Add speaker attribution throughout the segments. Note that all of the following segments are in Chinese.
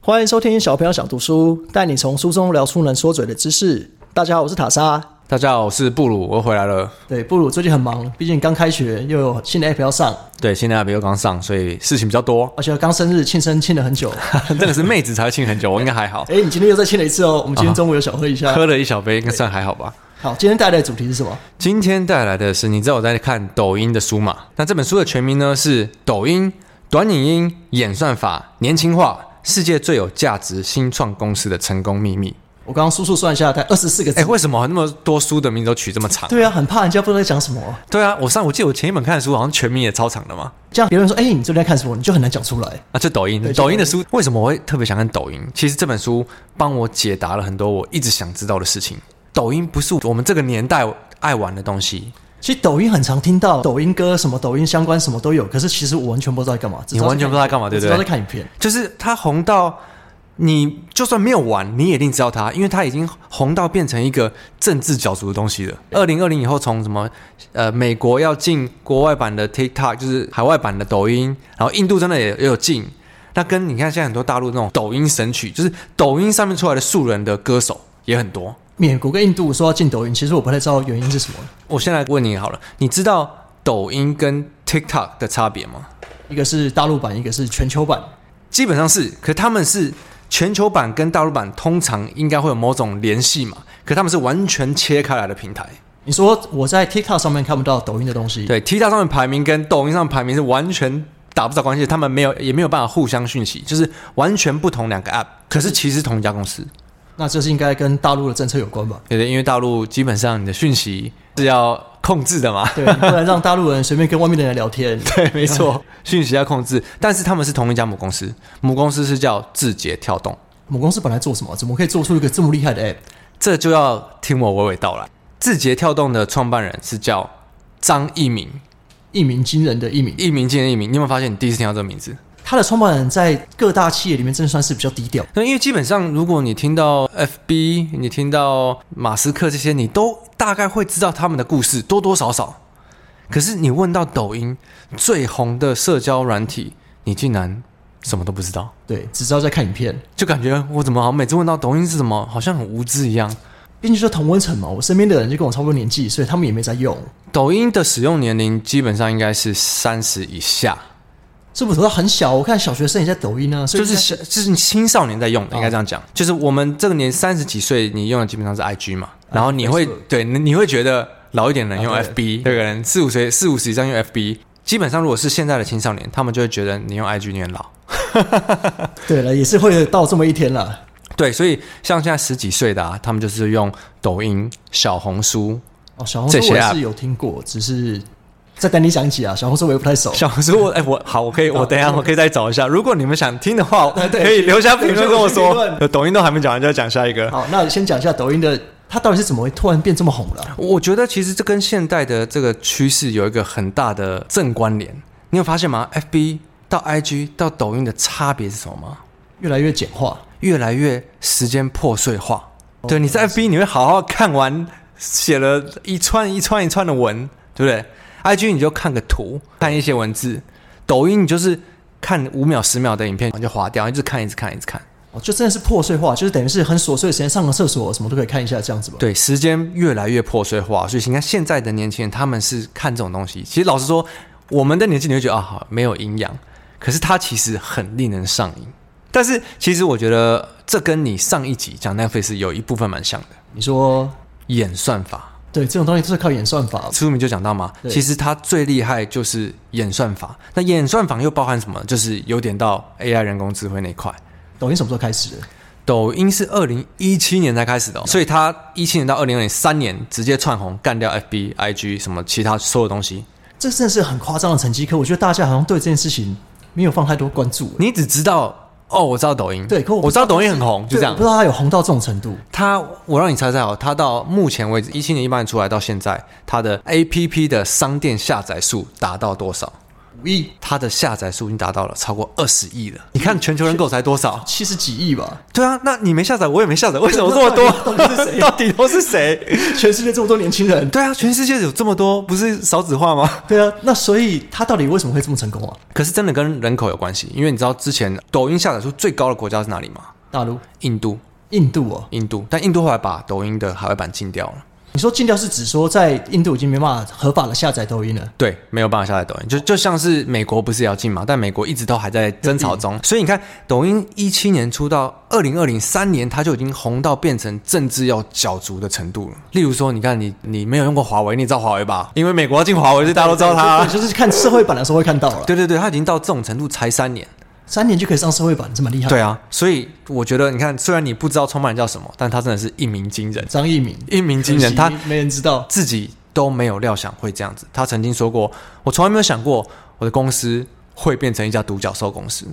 Speaker 1: 欢迎收听《小朋友想读书》，带你从书中聊出能说嘴的知识。大家好，我是塔莎。
Speaker 2: 大家好，我是布鲁，我回来了。
Speaker 1: 对，布鲁最近很忙，毕竟刚开学，又有新的 app 要上，。
Speaker 2: 对，现在还没有刚上，所以事情比较多
Speaker 1: 而且刚生日庆生庆了很 久。
Speaker 2: 真的是妹子才会庆很久，我应该还 好。
Speaker 1: 哎，你今天又再庆了一次哦。我们今天中午有小喝一下。
Speaker 2: 喝了一小杯，应该算还好吧。
Speaker 1: 好，今天带来的主题是什么？
Speaker 2: 今天带来的是，你知道我在看抖音的书嘛？那这本书的全名呢是《抖音短影音演算法年轻化：世界最有价值新创公司的成功秘密》。
Speaker 1: 我刚刚速速算一下，才二十四个字
Speaker 2: 哎，。为什么那么多书的名字都取这么长？
Speaker 1: 对啊，很怕人家不知道在讲什么哦。
Speaker 2: 对啊，我上我记得我前一本看的书好像全名也超长的嘛。
Speaker 1: 这样别人说：“哎，你最近在看什么？”你就很难讲出来。
Speaker 2: 啊，就抖音
Speaker 1: 对，就抖
Speaker 2: 抖
Speaker 1: 音
Speaker 2: 音的书为什么我会特别想看抖音？其实这本书帮我解答了很多我一直想知道的事情。抖音不是我们这个年代爱玩的东西，
Speaker 1: 其实抖音很常听到抖音歌，什么抖音相关什么都有，可是其实我完全不知道在干嘛。只
Speaker 2: 你
Speaker 1: 知道
Speaker 2: 完全不知道在干嘛，对不
Speaker 1: 只知道在
Speaker 2: 对？
Speaker 1: 看影片。
Speaker 2: 就是它红到你就算没有玩，你也一定知道它，因为它已经红到变成一个政治角逐的东西了。二零二零以后，从什么呃美国要进国外版的 TikTok，就是海外版的抖音，然后印度真的也也有进。那跟你看现在很多大陆那种抖音神曲，就是抖音上面出来的素人的歌手也很多。
Speaker 1: 美国跟印度说要进抖音，其实我不太知道原因是什么。
Speaker 2: 我先来问你好了，你知道抖音跟 TikTok 的差别吗？
Speaker 1: 一个是大陆版，一个是全球版。
Speaker 2: 基本上是，可他们是全球版跟大陆版通常应该会有某种联系嘛，可他们是完全切开来的平台。
Speaker 1: 你说我在 TikTok 上面看不到抖音的东西，
Speaker 2: 对，TikTok 上面排名跟抖音上排名是完全打不着关系的，他们没有也没有办法互相讯息，就是完全不同两个 App，可是其实同一家公司。
Speaker 1: 那这是应该跟大陆的政策有关吧？
Speaker 2: 对对，因为大陆基本上你的讯息是要控制的嘛。
Speaker 1: 对， 你不能让大陆人随便跟外面的人聊天。
Speaker 2: 对，没错， 讯息要控制，但是他们是同一家母公司，母公司是叫字节跳动，
Speaker 1: 母公司本来做什么？怎么可以做出一个这么厉害的 app？
Speaker 2: 这就要听我娓娓道来。字节跳动的创办人是叫张一鸣，
Speaker 1: 一鸣惊人的一鸣，
Speaker 2: 一鸣惊人一鸣，你有没有发现你第一次听到这个名字？
Speaker 1: 他的创办人在各大企业里面真的算是比较低调。
Speaker 2: 那因为基本上，如果你听到 FB，你听到马斯克这些，你都大概会知道他们的故事，多多少少。可是你问到抖音最红的社交软体，你竟然什么都不知道。
Speaker 1: 对，只知道在看影片。
Speaker 2: 就感觉我怎么好像每次问到抖音是什么，好像很无知一样。
Speaker 1: 毕竟就同温层嘛，我身边的人就跟我差不多年纪，所以他们也没在用。
Speaker 2: 抖音的使用年龄基本上应该是三十以下，
Speaker 1: 是不是都很小？我看小学生也在抖音啊，所以
Speaker 2: 就是小就是青少年在用的，
Speaker 1: 哦
Speaker 2: 应该这样讲。就是我们这个年三十几岁，你用的基本上是 IG 嘛，然后你会
Speaker 1: 哦 Facebook
Speaker 2: 对你你会觉得老一点的人用
Speaker 1: 啊
Speaker 2: FB，对个人四五岁四五十以上用 FB，基本上如果是现在的青少年，他们就会觉得你用 IG 你很老。
Speaker 1: 对了，也是会到这么一天了。
Speaker 2: 对，所以像现在十几岁的啊，他们就是用抖音、小红书，
Speaker 1: 哦，小红书
Speaker 2: 这些啊
Speaker 1: 我
Speaker 2: app
Speaker 1: 是有听过，只是再等你讲起啊。小红书我也不太熟。
Speaker 2: 小红书我，哎、我好，我可以，我等一下我可以再找一下。如果你们想听的话，
Speaker 1: 对
Speaker 2: 可以留下评论跟
Speaker 1: 留
Speaker 2: 我
Speaker 1: 下评
Speaker 2: 说。抖音都还没讲完，就要讲下一个。
Speaker 1: 好，那先讲一下抖音的，它到底是怎么会突然变这么红了、
Speaker 2: 我觉得其实这跟现代的这个趋势有一个很大的正关联。你有发现吗？FB 到 IG 到抖音的差别是什么吗？
Speaker 1: 越来越简化。
Speaker 2: 越来越时间破碎化。对，你在 FB 你会好好看完写了一串一串一串的文，对不对？IG 你就看个图，看一些文字，抖音你就是看五秒十秒的影片，你就划掉，一直看一直看一直看。
Speaker 1: 哦，就真的是破碎化，就是等于是很琐碎的时间，上个厕所什么都可以看一下这样子吧。
Speaker 2: 对，时间越来越破碎化，所以你看现在的年轻人他们是看这种东西。其实老实说，我们的年纪你会觉得啊，好没有营养，可是它其实很令人上瘾。但是其实我觉得这跟你上一集讲 Netflix 有一部分蛮像的，
Speaker 1: 你说，
Speaker 2: 演算法。
Speaker 1: 对，这种东西都是靠演算法。
Speaker 2: 书名就讲到嘛，
Speaker 1: 对
Speaker 2: 其实它最厉害就是演算法。那演算法又包含什么？就是有点到 AI 人工智慧那一块。
Speaker 1: 抖音什么时候开始的？
Speaker 2: 抖音是二零一七年才开始的哦、所以它一七年到二零二零三年直接窜红，干掉 FB、IG 什么其他所有东西。
Speaker 1: 这真的是很夸张的成绩，可我觉得大家好像对这件事情没有放太多关注。
Speaker 2: 你只知道哦，我知道抖音，
Speaker 1: 对可我
Speaker 2: 我
Speaker 1: 不
Speaker 2: 知道抖音很红，就
Speaker 1: 对
Speaker 2: 这
Speaker 1: 我
Speaker 2: 样
Speaker 1: 不。知道它有红到这种程度。
Speaker 2: 它，我让你猜猜哦，它到目前为止，一七年一八年出来到现在，它的 APP 的商店下载数达到多少？
Speaker 1: 五亿、
Speaker 2: 它的下载数已经达到了超过二十亿了。你看全球人口才多少？
Speaker 1: 七十几亿吧，
Speaker 2: 对啊，那你没下载，我也没下载，为什么这么
Speaker 1: 那到底是
Speaker 2: 多？
Speaker 1: 谁
Speaker 2: 到底都是谁？
Speaker 1: 全世界这么多年轻人。
Speaker 2: 对啊，全世界有这么多，不是少子化吗？
Speaker 1: 对啊，那所以他到底为什么会这么成功啊？
Speaker 2: 可是真的跟人口有关系，因为你知道之前抖音下载数最高的国家是哪里吗？
Speaker 1: 大陆、
Speaker 2: 印度，
Speaker 1: 印度哦，
Speaker 2: 印度，但印度后来把抖音的海外版禁掉了。
Speaker 1: 你说禁掉是指说在印度已经没办法合法的下载抖音了，
Speaker 2: 对，没有办法下载抖音，就就像是美国不是也要禁嘛，但美国一直都还在争吵中，所以你看，抖音一七年出到二零二零三年，它就已经红到变成政治要角逐的程度了。例如说，你看你你没有用过华为，你也知道华为吧？因为美国要禁华为，所以大家都知道它
Speaker 1: 对。就是看社会版的时候会看到了，
Speaker 2: 对对对，它已经到这种程度，才三年。
Speaker 1: 三年就可以上社会版，这么厉害。，
Speaker 2: 对啊，所以我觉得，你看，虽然你不知道创办人叫什么，但他真的是一鸣惊人，
Speaker 1: 张一鸣，
Speaker 2: 一鸣惊人。
Speaker 1: 可
Speaker 2: 他
Speaker 1: 惜没人知道，
Speaker 2: 自己都没有料想会这样子。他曾经说过：“我从来没有想过我的公司会变成一家独角兽公司。”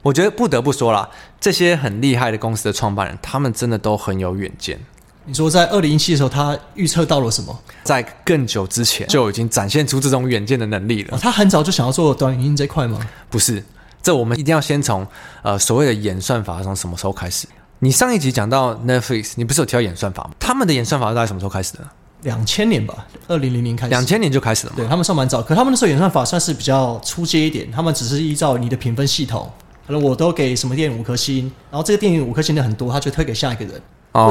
Speaker 2: 我觉得不得不说啦，这些很厉害的公司的创办人，他们真的都很有远见，
Speaker 1: 你说在二零一七的时候，他预测到了什么？
Speaker 2: 在更久之前就已经展现出这种远见的能力
Speaker 1: 哦，
Speaker 2: 了。
Speaker 1: 他很早就想要做短影音这块吗？
Speaker 2: 不是，这我们一定要先从呃所谓的演算法从什么时候开始？你上一集讲到 Netflix，你不是有提到演算法吗？他们的演算法是在什么时候开始的？
Speaker 1: 两千年吧，二零零零开始。
Speaker 2: 两千年就开始了吗？
Speaker 1: 对他们算蛮早，可他们那时候演算法算是比较出街一点，他们只是依照你的评分系统，可能我都给什么电影五颗星，然后这个电影五颗星的很多，他就推给下一个人。
Speaker 2: 哦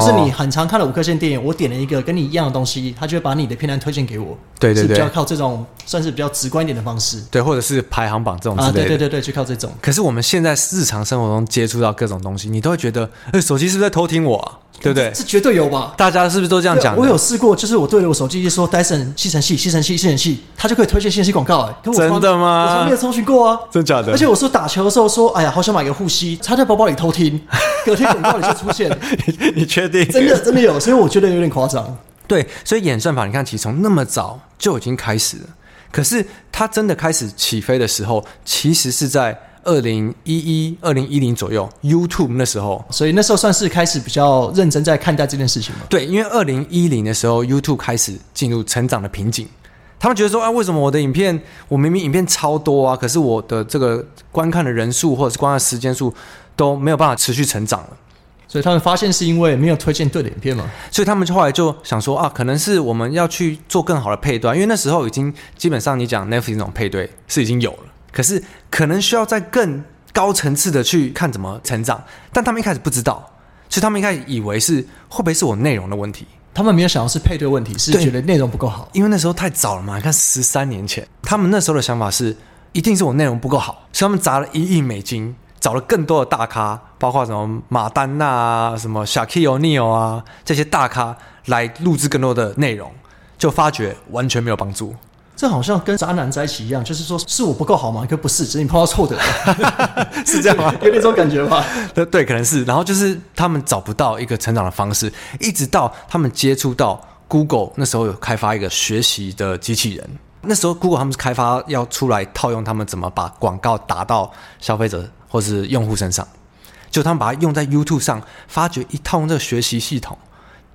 Speaker 1: 或是你很常看的五颗星电影，我点了一个跟你一样的东西，他就会把你的片段推荐给我。
Speaker 2: 对对
Speaker 1: 是比
Speaker 2: 对
Speaker 1: 较靠这种算是比较直观一点的方式
Speaker 2: 对，或者哦是排行榜这种之
Speaker 1: 啊，
Speaker 2: 类
Speaker 1: 对
Speaker 2: 的。
Speaker 1: 对对对，就靠这种。
Speaker 2: 可是我们现在日常生活中接触到各种东西，你都会觉得，哎、手机是不是在偷听我、啊？对不对？
Speaker 1: 这绝对有吧？
Speaker 2: 大家是不是都这样讲的？
Speaker 1: 我有试过，就是我对着我手机一直说 Dyson 吸尘器、吸尘器、吸尘器，它就可以推荐吸尘器广告、哎，可我从来
Speaker 2: 真的吗
Speaker 1: 我从来没有搜寻过啊。
Speaker 2: 真假的？
Speaker 1: 而且我说打球的时候说，哎呀，好想买个护膝，插在包包里偷听， 隔天广告里就出 现，
Speaker 2: 你 你确定？
Speaker 1: 真的真的有，所以我觉得有点夸张。
Speaker 2: 对，所以演算法，你看，其实从那么早就已经开始了。可是它真的开始起飞的时候，其实是在二零一一、二零一零左右，YouTube 那时候。
Speaker 1: 所以那时候算是开始比较认真在看待这件事情嘛。
Speaker 2: 对，因为二零一零的时候，YouTube 开始进入成长的瓶颈。他们觉得说啊，为什么我的影片，我明明影片超多啊，可是我的这个观看的人数或者是观看时间数都没有办法持续成长了，
Speaker 1: 所以他们发现是因为没有推荐对的影片嘛。
Speaker 2: 所以他们就后来就想说啊，可能是我们要去做更好的配对啊，因为那时候已经基本上你讲 Netflix 那种配对是已经有了，可是可能需要在更高层次的去看怎么成长，但他们一开始不知道，所以他们一开始以为是会不会是我内容的问题，
Speaker 1: 他们没有想到是配对问题，是
Speaker 2: 对
Speaker 1: 觉得内容不够好。
Speaker 2: 因为那时候太早了嘛，你看十三年前，他们那时候的想法是，一定是我内容不够好，所以他们砸了一亿美金，找了更多的大咖，包括什么马丹娜啊、什么 Shaquille O'Neal 啊这些大咖来录制更多的内容，就发觉完全没有帮助。
Speaker 1: 这好像跟渣男在一起一样，就是说是我不够好吗？可不是，只是你碰到错的人，
Speaker 2: 是这样吗
Speaker 1: 有点这种感觉吧？
Speaker 2: 对对，可能是。然后就是他们找不到一个成长的方式，一直到他们接触到 Google 那时候有开发一个学习的机器人。那时候 Google 他们是开发要出来套用他们怎么把广告打到消费者或是用户身上，就他们把它用在 YouTube 上，发觉一套用这个学习系统，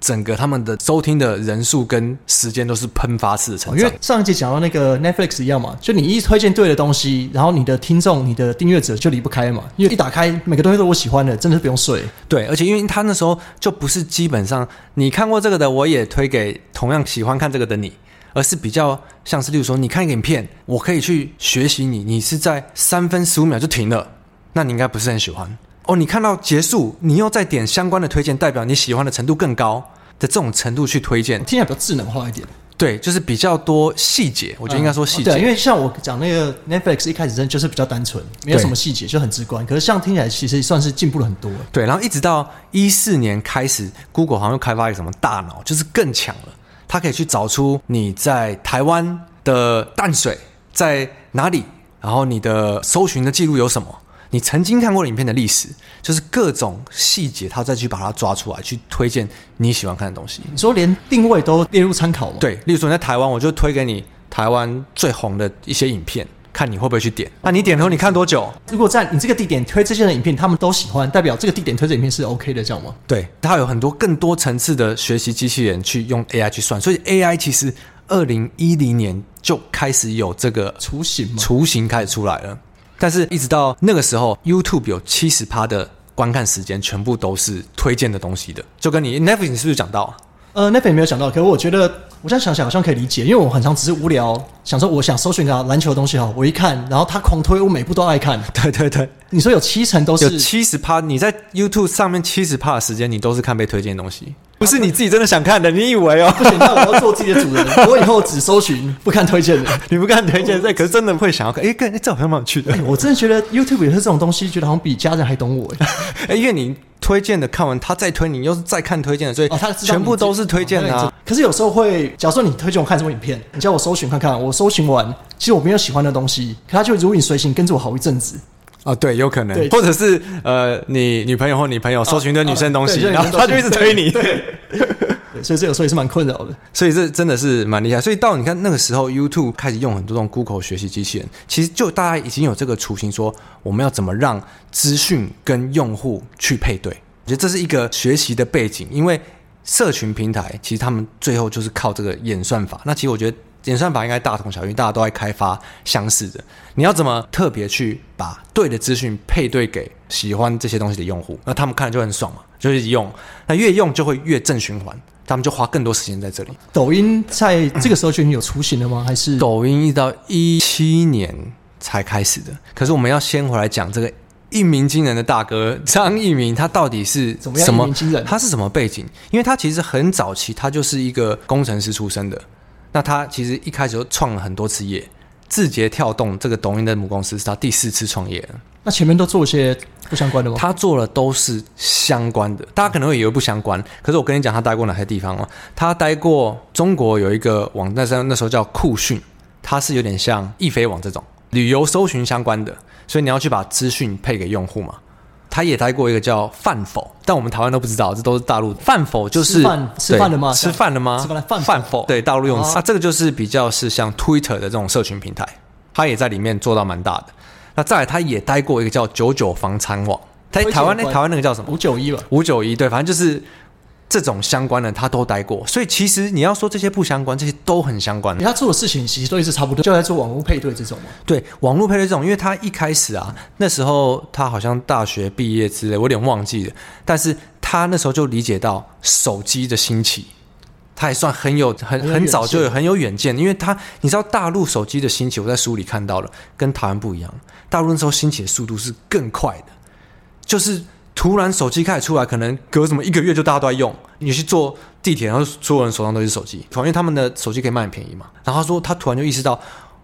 Speaker 2: 整个他们的收听的人数跟时间都是喷发式的成
Speaker 1: 哦因
Speaker 2: 长
Speaker 1: 为。上一集讲到那个 Netflix 一样嘛，就你一推荐对的东西，然后你的听众、你的订阅者就离不开嘛。因为一打开，每个东西都是我喜欢的，真的是不用睡。
Speaker 2: 对，而且因为他那时候就不是基本上你看过这个的，我也推给同样喜欢看这个的你，而是比较像是，例如说你看一个影片，我可以去学习你，你是在三分十五秒就停了，那你应该不是很喜欢哦。你看到结束，你又再点相关的推荐，代表你喜欢的程度更高的这种程度去推荐
Speaker 1: 听，起来比较智能化一点，
Speaker 2: 对，就是比较多细节，我
Speaker 1: 我
Speaker 2: 觉得应该说细节，
Speaker 1: 啊对，因为像我讲那个 Netflix 一开始真的就是比较单纯，没有
Speaker 2: 对
Speaker 1: 什么细节，就很直观。可是像听起来其实算是进步了很多。
Speaker 2: 对，然后一直到一四年开始，Google 好像又开发一个什么大脑，就是更强了，它可以去找出你在台湾的淡水在哪里，然后你的搜寻的记录有什么，你曾经看过的影片的历史，就是各种细节，它再去把它抓出来，去推荐你喜欢看的东西。
Speaker 1: 你说连定位都列入参考吗？
Speaker 2: 对，例如说你在台湾，我就推给你台湾最红的一些影片，看你会不会去点。那、你点了后，你看多久？
Speaker 1: 如果在你这个地点推这些的影片，他们都喜欢，代表这个地点推这影片是 OK 的，这样吗？
Speaker 2: 对，它有很多更多层次的学习机器人去用 AI 去算，所以 AI 其实二零一零年就开始有这个
Speaker 1: 雏形嘛，
Speaker 2: 雏形开始出来了。但是，一直到那个时候，YouTube 有七十趴的观看时间全部都是推荐的东西的，就跟你 Netflix 你是不是讲到啊？
Speaker 1: 呃，那边没有想到，可是我觉得我这样想想好像可以理解，因为我很常只是无聊，想说我想搜寻个篮球的东西哈，我一看，然后他狂推，我每部都爱看。
Speaker 2: 对对对，
Speaker 1: 你说有七成都
Speaker 2: 有
Speaker 1: 是
Speaker 2: 七十趴，你在 YouTube 上面七十趴的时间，你都是看被推荐的东西，不是你自己真的想看的，你以为哦？
Speaker 1: 不行，那我要做自己的主人，我以后只搜寻不看推荐的。
Speaker 2: 你不看推荐赛，可是真的会想要看，哎、看诶这好像蛮有趣的
Speaker 1: 哎、，我真的觉得 YouTube 也是这种东西，觉得好像比家人还懂 我哎。
Speaker 2: 哎、因为你推荐的看完，他再推你，又是再看推荐的，所以
Speaker 1: 哦，他知道
Speaker 2: 全部都是推荐的、
Speaker 1: 你
Speaker 2: 啊
Speaker 1: 哦。可是有时候会，假如说你推荐我看什么影片，你叫我搜寻看看，我搜寻完，其实我没有喜欢的东西，可它就如影随形，跟着我好一阵子。
Speaker 2: 啊，对，有可能
Speaker 1: 对
Speaker 2: 或者是呃，你女朋友或你朋友搜寻的女生的东
Speaker 1: 啊
Speaker 2: 西，
Speaker 1: 对
Speaker 2: 然后他就一直推你，
Speaker 1: 对，所以这有时候也是蛮困扰的。
Speaker 2: 所以这真的是蛮厉害。所以到你看那个时候，YouTube 开始用很多这种 Google 学习机器人，其实就大家已经有这个雏形，说我们要怎么让资讯跟用户去配对。我觉得这是一个学习的背景，因为社群平台其实他们最后就是靠这个演算法。那其实我觉得演算法应该大同小异，大家都在开发相似的。你要怎么特别去把对的资讯配对给喜欢这些东西的用户，那他们看了就很爽嘛，就一直用，那越用就会越正循环，他们就花更多时间在这里。
Speaker 1: 抖音在这个时候就已经有雏形了吗？还是
Speaker 2: 抖音一直到一七年才开始的。可是我们要先回来讲这个一鸣惊人的大哥张一鸣，他到底是
Speaker 1: 怎么样
Speaker 2: 什
Speaker 1: 一
Speaker 2: 么
Speaker 1: 鸣惊人
Speaker 2: 他是什么背景？因为他其实很早期，他就是一个工程师出身的。那他其实一开始就创了很多次业。字节跳动这个抖音的母公司是他第四次创业了，
Speaker 1: 那前面都做一些不相关的吗？
Speaker 2: 他做的都是相关的，大家可能会以为不相关，可是我跟你讲，他待过哪些地方哦？他待过中国有一个网站，那那时候叫酷讯，它是有点像易飞网这种旅游搜寻相关的，所以你要去把资讯配给用户嘛。他也待过一个叫饭否，但我们台湾都不知道，这都是大陆饭否就是
Speaker 1: 吃饭吃
Speaker 2: 对
Speaker 1: 饭了吗
Speaker 2: 吃饭了吗？
Speaker 1: 吃饭了饭否
Speaker 2: 饭否对大陆用
Speaker 1: 哦
Speaker 2: 词、啊，这个就是比较是像 Twitter 的这种社群平台，他也在里面做到蛮大的。那再来，他也待过一个叫九九房产网，他
Speaker 1: 推荐
Speaker 2: 台湾那
Speaker 1: 官
Speaker 2: 台湾那个叫什么
Speaker 1: 五九一吧，
Speaker 2: 五九一，对，反正就是这种相关的他都待过。所以其实你要说这些不相关，这些都很相关
Speaker 1: 因为。他做的事情其实都一直差不多，就在做网络配对这种嘛。
Speaker 2: 对，网络配对这种，因为他一开始啊，那时候他好像大学毕业之类，我有点忘记了，但是他那时候就理解到手机的兴起。他也算很有很
Speaker 1: 很有
Speaker 2: 很
Speaker 1: 远
Speaker 2: 早就有
Speaker 1: 见
Speaker 2: 很有远见，因为他你知道大陆手机的兴起，我在书里看到了，跟台湾不一样。大陆那时候兴起的速度是更快的，就是突然手机开始出来，可能隔什么一个月就大家都在用。你去坐地铁，然后所有人手上都是手机，因为他们的手机可以卖很便宜嘛。然后他说他突然就意识到，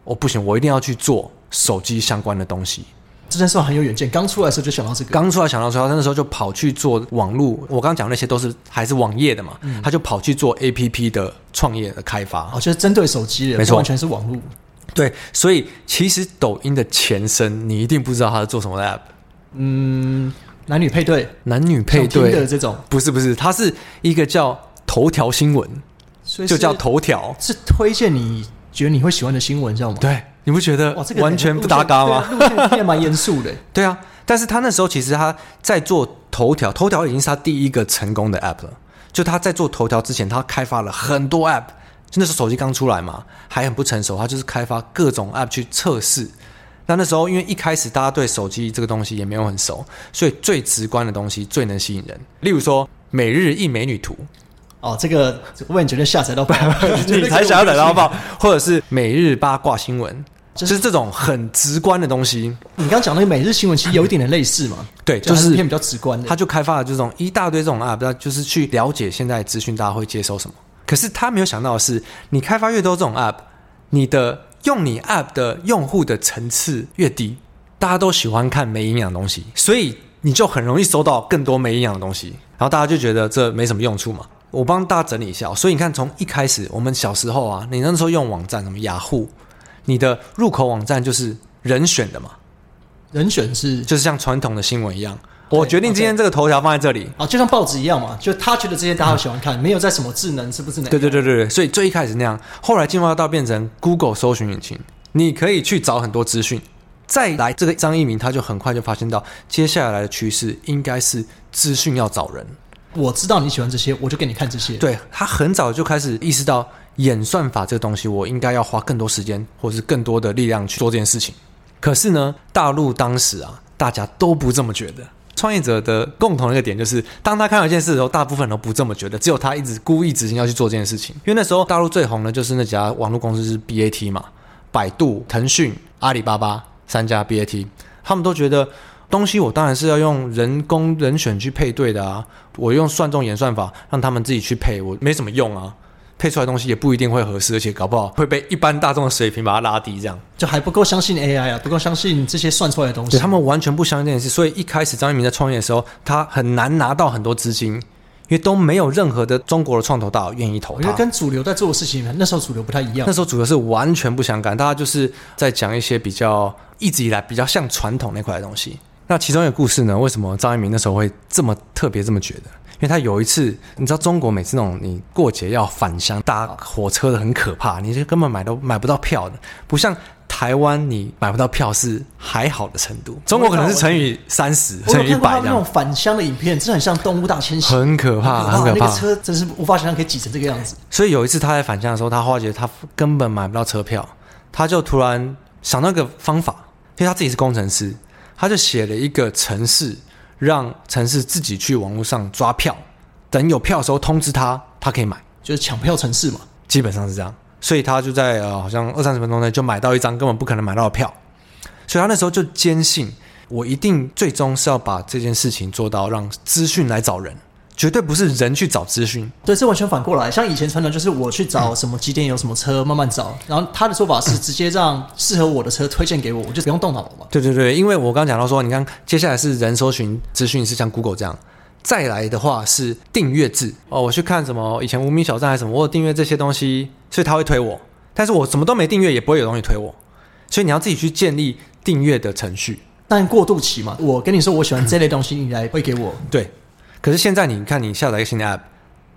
Speaker 2: 哦不行，我一定要去做手机相关的东西。
Speaker 1: 这件事很有远见，刚出来的时候就想到这个。
Speaker 2: 刚出来想到说，他那时候就跑去做网络，我刚刚讲那些都是还是网页的嘛，他就跑去做 APP 的创业的开发。
Speaker 1: 哦，就是针对手机的，
Speaker 2: 没错
Speaker 1: 不完全是网络。
Speaker 2: 对，所以其实抖音的前身，你一定不知道它是做什么的 app，
Speaker 1: 嗯，男女配对，
Speaker 2: 男女
Speaker 1: 的
Speaker 2: 配对，
Speaker 1: 这种，
Speaker 2: 不是不是，它是一个叫头条新闻，
Speaker 1: 所以
Speaker 2: 就是叫头条。
Speaker 1: 是推荐你觉得你会喜欢的新闻，知道吗？
Speaker 2: 对，你不觉得
Speaker 1: 哇，这个
Speaker 2: 完全不搭嘎吗？
Speaker 1: 对啊路线变蛮严肃的，
Speaker 2: 对啊，但是他那时候其实他在做头条，头条已经是他第一个成功的 app 了。就他在做头条之前，他开发了很多 app，就那时候手机刚出来嘛，还很不成熟，他就是开发各种 app 去测试。那那时候因为一开始大家对手机这个东西也没有很熟，所以最直观的东西最能吸引人。例如说每日一美女图，，
Speaker 1: 哦，这个我也觉得下载到爆
Speaker 2: 你才想要逮到爆，或者是每日八卦新闻，就是这种很直观的东西。
Speaker 1: 你刚讲那个每日新闻，其实有一点点类似嘛，
Speaker 2: 对，
Speaker 1: 就
Speaker 2: 就是是
Speaker 1: 偏比较直观的。
Speaker 2: 他就开发了这种一大堆这种 app，那就是去了解现在资讯大家会接收什么。可是他没有想到的是，你开发越多这种 app，你的用你 app 的用户的层次越低，大家都喜欢看没营养的东西，所以你就很容易收到更多没营养的东西，然后大家就觉得这没什么用处嘛。我帮大家整理一下哦、所以你看，从一开始我们小时候啊，你那时候用网站什么雅虎，你的入口网站就是人选的嘛，
Speaker 1: 人选是
Speaker 2: 就是像传统的新闻一样，我决定今天这个头条放在这里。
Speaker 1: 啊，就像报纸一样嘛，就他觉得这些大家喜欢看，没有在什么智能是不是能？
Speaker 2: 对对对对对，所以最一开始那样，后来进化到变成 Google 搜寻引擎，你可以去找很多资讯。再来，这个张一鸣他就很快就发现到，接下来的趋势应该是资讯要找人。
Speaker 1: 我知道你喜欢这些，我就给你看这些。
Speaker 2: 对他很早就开始意识到演算法这个东西，我应该要花更多时间或是更多的力量去做这件事情。可是呢，大陆当时啊，大家都不这么觉得。创业者的共同的一个点就是，当他看到一件事的时候，大部分人都不这么觉得，只有他一直故意执行要去做这件事情。因为那时候大陆最红的就是那几家网络公司是 BAT 嘛，百度、腾讯、阿里巴巴三家 BAT，他们都觉得东西我当然是要用人工人选去配对的啊，我用算中演算法让他们自己去配，我没什么用啊。配出来的东西也不一定会合适，而且搞不好会被一般大众的水平把它拉低，这样。
Speaker 1: 就还不够相信 AI 啊，不够相信这些算出来的东西。
Speaker 2: 对他们完全不相信这件事，所以一开始张一鸣在创业的时候，他很难拿到很多资金，因为都没有任何的中国的创投大佬愿意投
Speaker 1: 我觉得
Speaker 2: 他。
Speaker 1: 跟主流在做的事情，那时候主流不太一样
Speaker 2: 那。时候主流是完全不相干，大家就是在讲一些比较一直以来比较像传统那块的东西。那其中一个故事呢，为什么张一鸣那时候会这么特别这么觉得？因为他有一次，你知道中国每次那种你过节要返乡搭火车的很可怕，你是根本买都买不到票的，不像台湾你买不到票是还好的程度。中国可能是乘以三十，
Speaker 1: 我有
Speaker 2: 乘以一
Speaker 1: 看过他
Speaker 2: 百
Speaker 1: 们
Speaker 2: 这
Speaker 1: 那种
Speaker 2: 样，
Speaker 1: 返乡的影片，真的很像动物大迁 徙，
Speaker 2: 很可怕，很可
Speaker 1: 那
Speaker 2: 怕
Speaker 1: 个。车真是无法想象可以挤成这个样子。
Speaker 2: 所以有一次他在返乡的时候，他发觉他根本买不到车票，他就突然想到一个方法，因为他自己是工程师，他就写了一个程式，让程式自己去网络上抓票，等有票的时候通知他，他可以买，
Speaker 1: 就是抢票城市嘛，
Speaker 2: 基本上是这样。所以他就在呃好像二三十分钟内就买到一张根本不可能买到的票，所以他那时候就坚信，我一定最终是要把这件事情做到让资讯来找人，绝对不是人去找资讯。
Speaker 1: 对，这完全反过来。像以前传统就是我去找什么几点有什么车，慢慢找。然后他的做法是直接让适合我的车推荐给我，我就不用动脑了嘛。
Speaker 2: 对对对，因为我刚讲到说，你看接下来是人搜寻资讯是像 Google 这样，再来的话是订阅制哦。我去看什么以前无名小站还是什么，我有订阅这些东西，所以他会推我，但是我什么都没订阅，也不会有东西推我，所以你要自己去建立订阅的程序。
Speaker 1: 但过渡期嘛，我跟你说我喜欢这类东西，你来会给我。
Speaker 2: 对，可是现在你看，你下载一个新的 App，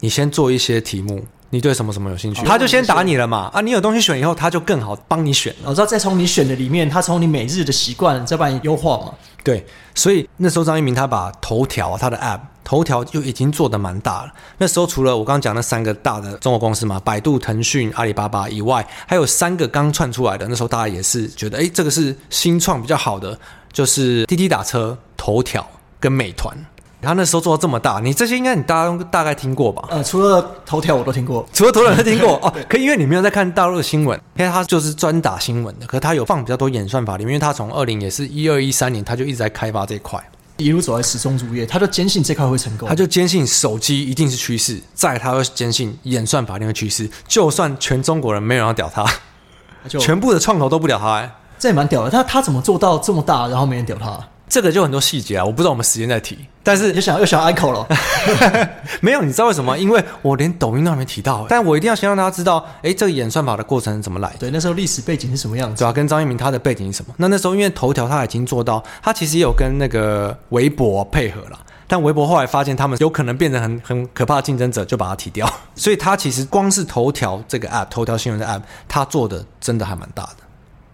Speaker 2: 你先做一些题目，你对什么什么有兴趣，
Speaker 1: 哦
Speaker 2: 他就先打你了嘛啊，你有东西选以后，他就更好帮你选。
Speaker 1: 然后再从你选的里面，他从你每日的习惯再帮你优化嘛。
Speaker 2: 对，所以那时候张一鸣他把头条啊他的 App 头条就已经做得蛮大了。那时候除了我刚刚讲那三个大的中国公司嘛，百度、腾讯、阿里巴巴以外，还有三个刚窜出来的。那时候大家也是觉得，哎，这个是新创比较好的，就是滴滴打车、头条跟美团。他那时候做到这么大，你这些应该你大家都大概听过吧？
Speaker 1: 呃，除了头条我都听过，
Speaker 2: 除了头条听过哦，可以因为你没有在看大陆的新闻，因为他就是专打新闻的，可是他有放比较多演算法里面，因为他从二零也是一二一三年，他就一直在开发这一块。
Speaker 1: 一路走来始终如一，他就坚信这块会成功
Speaker 2: 他。就坚信手机一定是趋势，再来他会坚信演算法一定会趋势，就算全中国人没有人要屌他，
Speaker 1: 他就
Speaker 2: 全部的创投都不屌他、欸，
Speaker 1: 这也蛮屌的。他他怎么做到这么大，然后没人屌他？
Speaker 2: 这个就很多细节啊，我不知道我们时间在提，但
Speaker 1: 又
Speaker 2: 是
Speaker 1: 想又想 echo 了，
Speaker 2: 没有，你知道为什么？因为我连抖音都还没提到欸、但我一定要先让大家知道，诶，这个演算法的过程是怎么来的。
Speaker 1: 对，那时候历史背景是什么样子
Speaker 2: 主？要跟张一鸣他的背景是什么？那那时候因为头条他已经做到，他其实也有跟那个微博配合了，但微博后来发现他们有可能变成很很可怕的竞争者，就把它踢掉。 所以他其实光是头条这个 app，头条新闻的 app，他做的真的还蛮大的。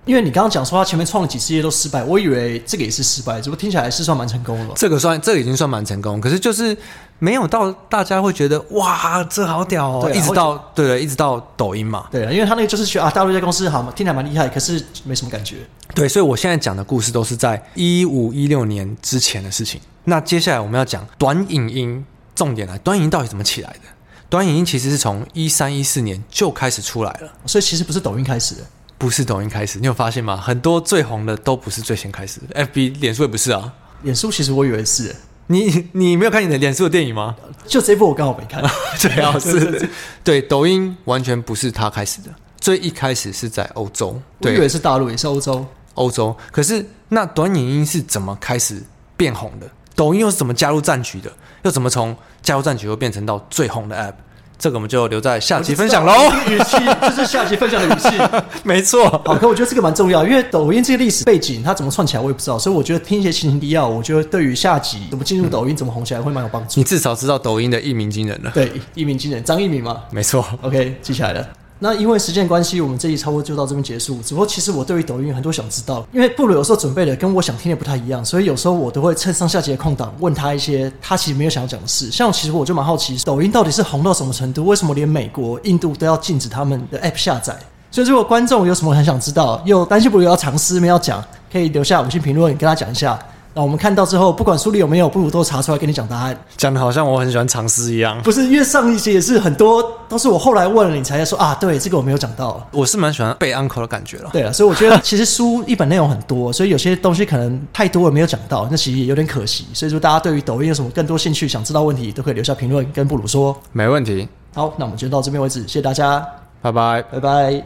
Speaker 1: 因为你刚刚讲说他前面创了几次业都失败，我以为这个也是失败，只不过听起来是算蛮成功的吧。
Speaker 2: 这个算这个已经算蛮成功，可是就是没有到大家会觉得哇，这好屌哦，
Speaker 1: 对啊
Speaker 2: 一直到对对，一直到抖音嘛，
Speaker 1: 对啊，因为他那个就是去啊，大陆这家公司好嘛，听起来蛮厉害，可是没什么感觉。
Speaker 2: 对，所以我现在讲的故事都是在一五一六年之前的事情。那接下来我们要讲短影音，重点来，短影音到底怎么起来的？短影音其实是从一三一四年就开始出来了，
Speaker 1: 所以其实不是抖音开始的，
Speaker 2: 不是抖音开始。你有发现吗？很多最红的都不是最先开始的，FB、脸书也不是啊。
Speaker 1: 脸书其实我以为是，
Speaker 2: 你你没有看你的脸书的电影 吗？
Speaker 1: 就这一部我刚好没看。
Speaker 2: 对啊，是，对，抖音完全不是它开始的，最一开始是在欧洲，
Speaker 1: 我
Speaker 2: 对
Speaker 1: 以，为是大陆，也是欧洲。
Speaker 2: 欧洲。可是那短影音是怎么开始变红的？抖音又是怎么加入战局的？又怎么从加入战局又变成到最红的 App？这个我们就留在下集分享喽。
Speaker 1: 语气 就是下集分享的语气。
Speaker 2: 没错，
Speaker 1: 好，可我觉得这个蛮重要，因为抖音这个历史背景它怎么串起来我也不知道，所以我觉得听一些情形提要，我觉得对于下集怎么进入抖音、怎么红起来会蛮有帮助。
Speaker 2: 你至少知道抖音的一鸣惊人了。
Speaker 1: 对，一鸣惊人，张一鸣嘛
Speaker 2: 没错，
Speaker 1: ，OK，记起来了。那因为时间关系，我们这一差不多就到这边结束。只不过其实我对于抖音有很多想知道，因为布鲁有时候准备的跟我想听的不太一样，所以有时候我都会趁上下节的空档问他一些他其实没有想要讲的事。像其实我就蛮好奇，抖音到底是红到什么程度？为什么连美国、印度都要禁止他们的 app 下载？所以如果观众有什么很想知道，又担心布鲁要尝试没有讲，可以留下五星评论跟他讲一下。那我们看到之后，不管书里有没有，布鲁都查出来跟你讲答案。
Speaker 2: 讲的好像我很喜欢尝试一样。
Speaker 1: 不是，因为上一节也是很多都是我后来问了你才说啊，对，这个我没有讲到。
Speaker 2: 我是蛮喜欢被 uncle 的感觉了。
Speaker 1: 对了，所以我觉得其实书一本内容很多，所以有些东西可能太多了没有讲到，那其实也有点可惜。所以说大家对于抖音有什么更多兴趣，想知道问题都可以留下评论跟布鲁说。
Speaker 2: 没问题，
Speaker 1: 好，那我们就到这边为止，谢谢大家，
Speaker 2: 拜拜。
Speaker 1: 拜拜。